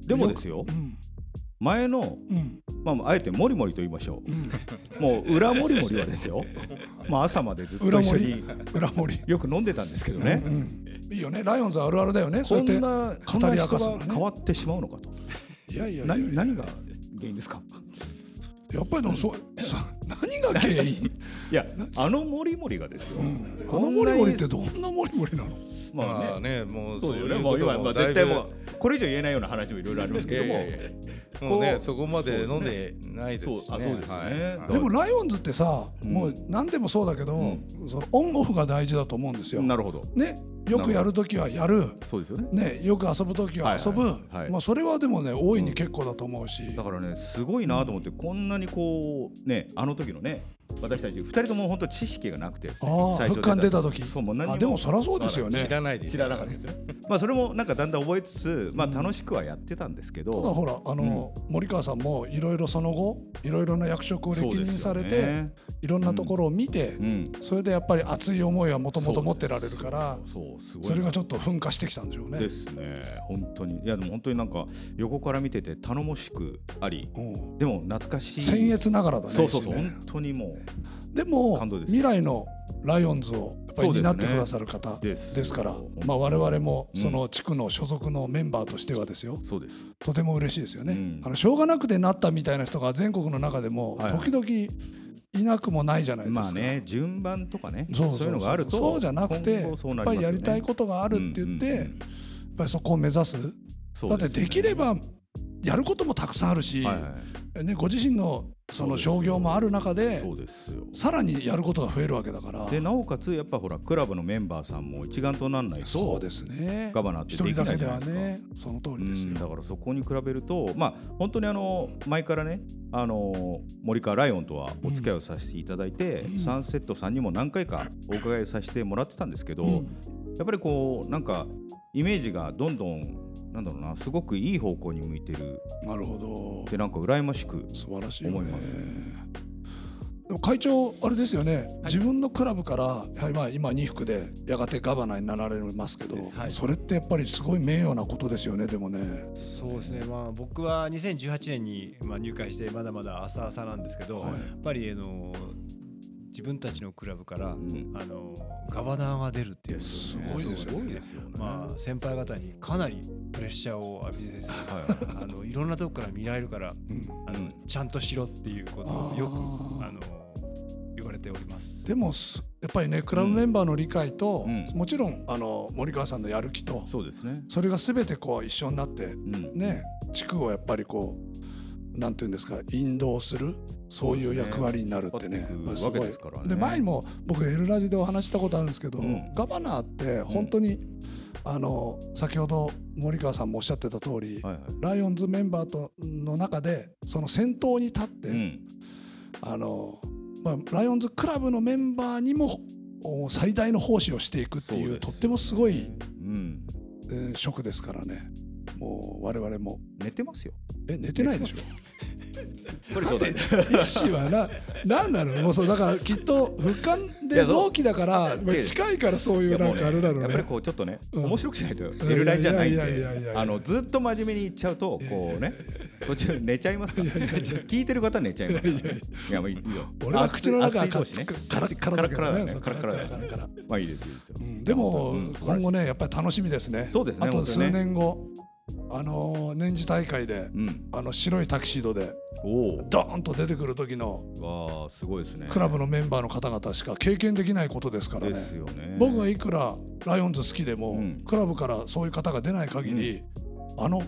S2: でもですよ、前の、まあ、あえてもりもりと言いましょ う、もう裏もりもりはです よ、まあ、朝までずっと一緒に
S1: 裏盛
S2: よく飲んでたんですけどね、
S1: いいよねライオンズあるあるだよね
S2: こんな語り明かす、ね、変わってしまうのかと
S1: いやいや
S2: 何何が原因ですか
S1: やっぱりでもそう、何が原因
S2: いやあのモリモリがですよ、
S1: あのモリモリってどんなモリモリなの
S6: まあねもうそういう
S2: ことも絶対もうこれ以上言えないような話もいろいろありますけども
S6: もうねそこまで飲んでないですしね
S1: でもライオンズってさもう何でもそうだけどそのオンオフが大事だと思うんですよ
S2: なるほど
S1: ねよくやるときはやる
S2: そうですよ
S1: ね、ね、よく遊ぶときは遊ぶ、まあ、それはでもね大いに結構だと思うし、うん、
S2: だからねすごいなと思って、こんなにこうねあの時のね私たち2人とも本当知識がなくて、ね、
S1: 最初出た時
S2: そうもう何
S1: もでもそりゃそうですよね
S6: 知らないです
S2: 知らなかったですよまあそれもなんかだんだん覚えつつ、まあ、楽しくはやってたんですけど、
S1: ただほらあの、うん、森川さんもいろいろその後いろいろな役職を歴任されていろ、ね、んなところを見て、うん、それでやっぱり熱い思いはもともと持ってられるからそれがちょっと噴火してきたんでしょうね。
S2: ですね本当にいやでも本当になんか横から見てて頼もしくあり、でも懐かしい
S1: 僭越ながらだね
S2: そうそうそう、ね、本当にもう
S1: でも未来のライオンズをやっぱり担ってくださる方ですから、まあ、我々もその地区の所属のメンバーとしてはですよ、
S2: そうです
S1: とても嬉しいですよね、あのしょうがなくてなったみたいな人が全国の中でも時々、いなくもないじゃないですか。まあ
S2: ね、順番とかね、そういうのがあると、
S1: そうじゃなくて、やっぱりやりたいことがあるって言って、やっぱりそこを目指す。だってできればやることもたくさんあるし、ね、ご自身のその商業もある中でさらにやることが増えるわけだから
S2: でなおかつやっぱほらクラブのメンバーさんも一丸とならないとそう
S1: ですね
S2: ガバナってできないじゃないですか、
S1: ね、その通りですよ
S2: だからそこに比べるとまあ本当にあの前からねあの森川ライオンとはお付き合いをさせていただいて、うん、サンセットさんにも何回かお伺いさせてもらってたんですけど、うん、やっぱりこうなんかイメージがどんどんなんだろうなすごくいい方向に向いてる
S1: なるほ
S2: どでなんか羨ましく
S1: 素晴らしい、
S2: ね、思います
S1: でも会長あれですよね、はい、自分のクラブからはいまあ今2服でやがてガバナになられますけど、はい、それってやっぱりすごい名誉なことですよねでもね
S5: そうですねまあ僕は2018年にまあ入会してまだまだ浅々なんですけど、はい、やっぱりあの自分たちのクラブから、うん、あのガバナーが出るっていう、ね、
S1: すごいですよね。
S5: まあ先輩方にかなりプレッシャーを浴びてですね、あのいろんなとこから見られるから、うん、あのちゃんとしろっていうことをよくあの言われております。
S1: でもやっぱりねクラブメンバーの理解と、うんうん、もちろんあの森川さんのやる気と、
S2: そうですね。
S1: それがすべてこう一緒になって、ね地区をやっぱりこう。なんていうんですか引導するそういう役割になるってね
S2: すごい
S1: で前も僕「エルラジ」でお話したことあるんですけど、ガバナーって本当に、あの先ほど森川さんもおっしゃってた通り、ライオンズメンバーとの中でその先頭に立って、あのまあ、ライオンズクラブのメンバーにも最大の奉仕をしていくっていうとってもすごい、うんえー、職ですからね。もう我々も
S2: 寝てますよ。
S1: え寝てないでしょ。
S2: これどうだい。
S1: 意志はな何なの。もうそうだからきっと俯瞰で同期だから近いからそういうなんかあれだろうね。
S2: やっぱりこうちょっとね面白くしないと寝るライじゃないんで、あのずっと真面目にいっちゃうとこうね途中寝ちゃいますから。聞いてる方寝ちゃいますから。いやもういいよ。
S1: 俺は口の中
S2: 熱い同士ね。
S1: カラカラカラ
S2: ね。カラカラカラ。まあいいですいいですよ。
S1: でも今後ねやっぱり楽しみですね。
S2: そうですね。
S1: あと数年後。あのー、年次大会で、うん、あの白いタキシードでドーンと出てくる時の
S2: わすごいですね
S1: クラブのメンバーの方々しか経験できないことですからね
S2: ですよね
S1: 僕がいくらライオンズ好きでも、うん、クラブからそういう方が出ない限り、うん、あの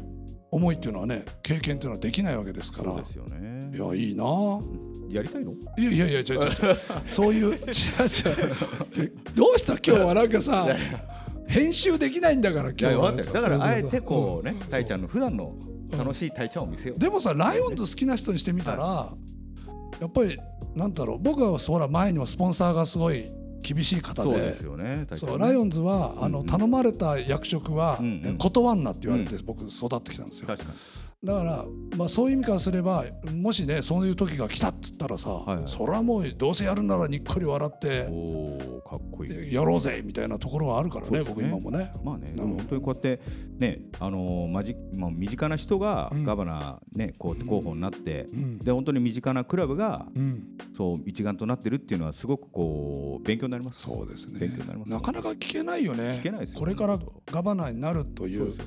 S1: 思いっていうのはね経験っていうのはできないわけですから
S2: そうですよね
S1: いやいいな
S2: やりたいの
S1: いやいやいや違う違 うそういう違う違うどうした今日はなんかさ編集できないんだから今
S2: 日だからあえてこうねたいちゃんの普段の楽しいたいちゃんを見せよう
S1: でもさライオンズ好きな人にしてみたらやっぱりなんだろう僕はほら前にもスポンサーがすごい厳しい方
S2: でそうですよね
S1: そうライオンズはあの頼まれた役職は断んなって言われて僕育ってきたんですよだから、まあ、そういう意味からすればもしねそういう時が来たっつったらさ、
S2: はいはい
S1: それはもうどうせやるならにっこり笑って
S2: おーかっこいい。
S1: やろうぜみたいなところはあるから
S2: そう
S1: ね
S2: ですね
S1: 僕今もね。
S2: まあね、
S1: ん
S2: でも本当にこうやって、ね、あのーまじ、まあ、身近な人が
S7: うん
S2: ガバナーね、こうやって候補になって。
S7: うん
S2: で、本当に身近なクラブが、
S7: うん
S2: そう、一丸となってるっていうのは、すごくこう、勉強になります。
S1: そうですね
S2: 勉強になります。
S1: なかなか聞けないよね
S2: 聞けないですよ
S1: これから
S2: 本当
S1: ガバナーになるとい
S2: そう
S1: う
S2: ですよ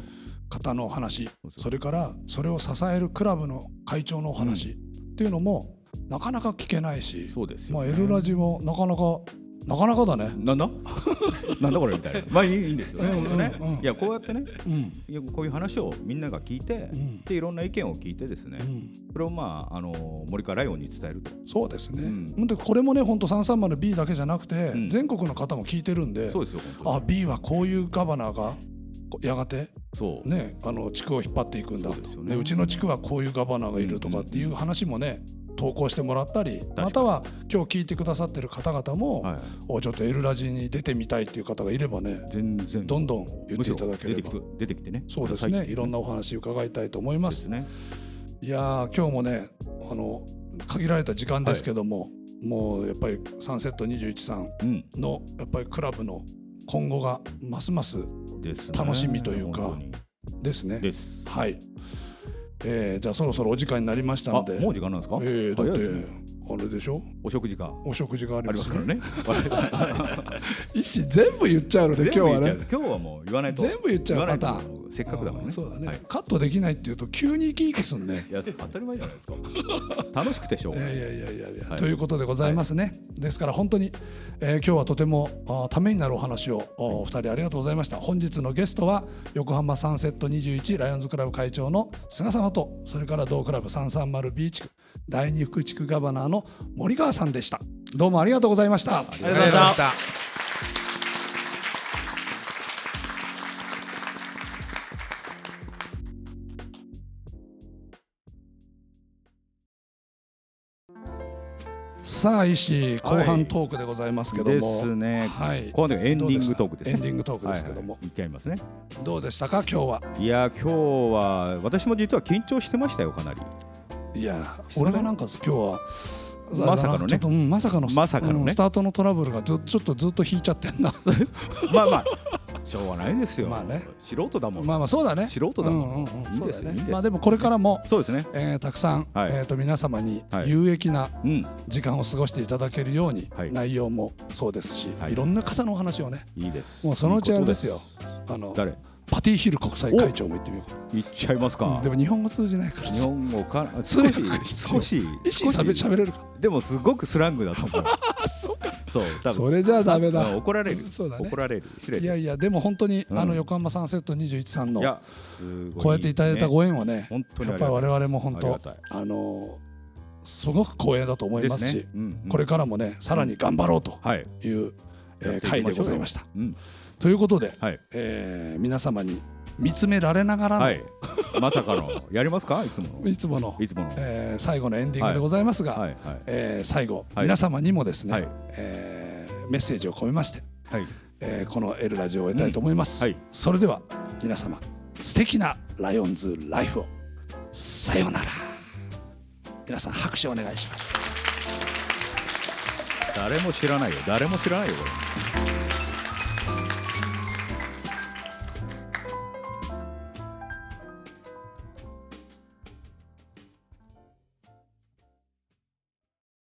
S1: 方のお話
S2: そうそう
S1: それからそれを支えるクラブの会長のお話っていうのもなかなか聞けないし、
S2: そうですよ
S1: まあ、
S2: ね
S1: L ラジもなかなかなかなかだね。
S2: なん だなんだこれみたいなまあいいいいんですよね
S7: うん
S2: 本当ね
S7: うんうん
S2: いやこうやってね
S7: うん
S2: いやこういう話をみんなが聞いて
S7: うん
S2: でいろんな意見を聞いてですね
S7: うん
S2: それをまああの森川ライオンに伝えると
S1: そうですね、
S2: うん
S1: ほんでこれもね本当 330B だけじゃなくて、
S2: ん
S1: 全国の方も聞いてるんで
S2: そうですよ
S1: あ
S2: 本
S1: B はこういうガバナーがこやがて
S2: 当そう
S1: ねあの地区を引っ張っていくんだ
S2: そう
S1: う,、
S2: ですよね
S1: ね、うちの地区はこういうガバナーがいるとかっていう話もね投稿してもらったり
S2: かに
S1: または今日聞いてくださってる方々も、
S2: はい
S1: おちょっと「エルラジ」に出てみたいっていう方がいればね
S2: 全然
S1: どんどん言っていただければ
S2: むしろ出てきて出てきてね
S1: そうですねいろんなお話伺いたいと思いま
S2: ですす。ね
S1: いやー今日もねあの限られた時間ですけども、もうやっぱりサンセット21さん
S2: うん
S1: のやっぱりクラブの今後がますます
S2: ですね
S1: 楽しみというか
S2: 本当に
S1: ですね。
S2: です
S1: はい、えーじゃあそろそろお時間になりました
S2: あ
S1: の
S2: も
S1: で
S2: う時間なんですか
S1: えーだ
S2: 早
S1: っ
S2: い
S1: て、
S2: ですね
S1: あれでしょ
S2: お食事が
S1: お食事があり
S2: あ
S1: ま
S2: りますす
S1: か
S2: からら
S1: ね。
S2: ね我々
S1: 意思 全部言っちゃうので
S2: 全
S1: 今日は
S2: 部言っちゃう
S1: ね。
S2: 今日はもう言わないと
S1: 全部言っちゃう
S2: 言わないと
S1: パター
S2: せっかくだから
S1: うん
S2: ね
S1: そうだね、
S2: はい
S1: カットできないっていうと急に生き生きすんね。
S2: いや当たり前じゃな いですか楽しくてしょう
S1: い
S2: がな
S1: や
S2: い
S1: いやいやいやいや、
S2: はい
S1: ということでございますね、ですから本当に、えー今日はとてもあーためになるお話をおお二人ありがとうございました本日のゲストは横浜サンセット21ライオンズクラブ会長の菅様とそれから同クラブ 330B 地区第二副地区ガバナーの森川さんでしたどうもありがとうございました
S5: ありがとうございました。
S1: さあ石井後
S2: は
S1: 半
S2: い
S1: トークでございますけど
S2: で
S1: も、
S2: すね
S1: はい
S2: ここまでエンディングトークですね
S1: エンディングトークですけども、
S2: はいはい一回やりますね
S1: どうでしたか今日はい
S2: や今日は私も実は緊張してましたよかなり
S1: いや俺がなんか今日は
S2: まさかのね
S1: ちょっとうんまさかの
S2: まさかのね
S1: うんスタートのトラブルがずちょっとずっと引いちゃってんな
S2: まあまあしょうがないですよ
S1: まあね
S2: 素人だもん
S1: まあまあそうだね
S2: 素人だもん
S1: うんうんうん
S2: いいです
S1: そうだ
S2: よいいです
S1: まあでもこれからも、
S2: そうですね
S1: えーたくさん、
S2: はい
S1: えー、と皆様に
S2: はい
S1: 有益な
S2: うん
S1: 時間を過ごしていただけるように、
S2: はい
S1: 内容もそうですし、、
S2: はいい
S1: ろんな方のお話をね
S2: いいです
S1: もうそのうちあれですよ
S2: いいこ
S1: あの
S2: とです
S1: パティヒル国際会長も行ってみよ
S2: 誰いっちゃいます
S1: うか
S2: か
S1: でも日本語通じないから
S2: 日
S1: さ
S2: 本語からあ
S1: 通
S2: 少し
S1: 訳が必要
S2: 少し
S1: 石井さん
S2: 少し
S1: 喋れるか
S2: でもすごくスラングだと 思うそう多分
S1: それじゃあダメだ
S2: あ怒られる
S1: そうだね
S2: 怒られる失礼
S1: い
S2: で
S1: や
S2: す
S1: いやでも本当に、
S2: うん
S1: あの横浜サンセット21さんの
S2: いやすごい
S1: こうやっていただいたご縁はね
S2: 本当に
S1: や
S2: あ
S1: っ
S2: り
S1: ぱ
S2: が
S1: り
S2: たい
S1: 我々も本
S2: あ
S1: 当
S2: りがたい
S1: あのすごく光栄だと思いますし
S2: ですねうんうん
S1: これからもねさらに頑張ろうと
S2: はい
S1: いう、えー
S2: やっていきましょう
S1: 回
S2: よ
S1: でございました。
S2: うん
S1: ということで、
S2: はい
S1: えー皆様に見つめられながらの、、
S2: はいいまさかのやりますかいつもの
S1: つもの
S2: いつもの
S1: えー最後のエンディングでございますが、
S2: はいはい
S1: えー最後、
S2: はい
S1: 皆様にもですね、
S2: はい
S1: えーメッセージを込めまして、
S2: はい
S1: えーこの「L ラジオ」を終えたいと思います。
S2: うんはい
S1: それでは皆様素敵なライオンズライフをさようなら皆さん拍手をお願いします。
S2: 誰も知らないよ誰も知らないよこれ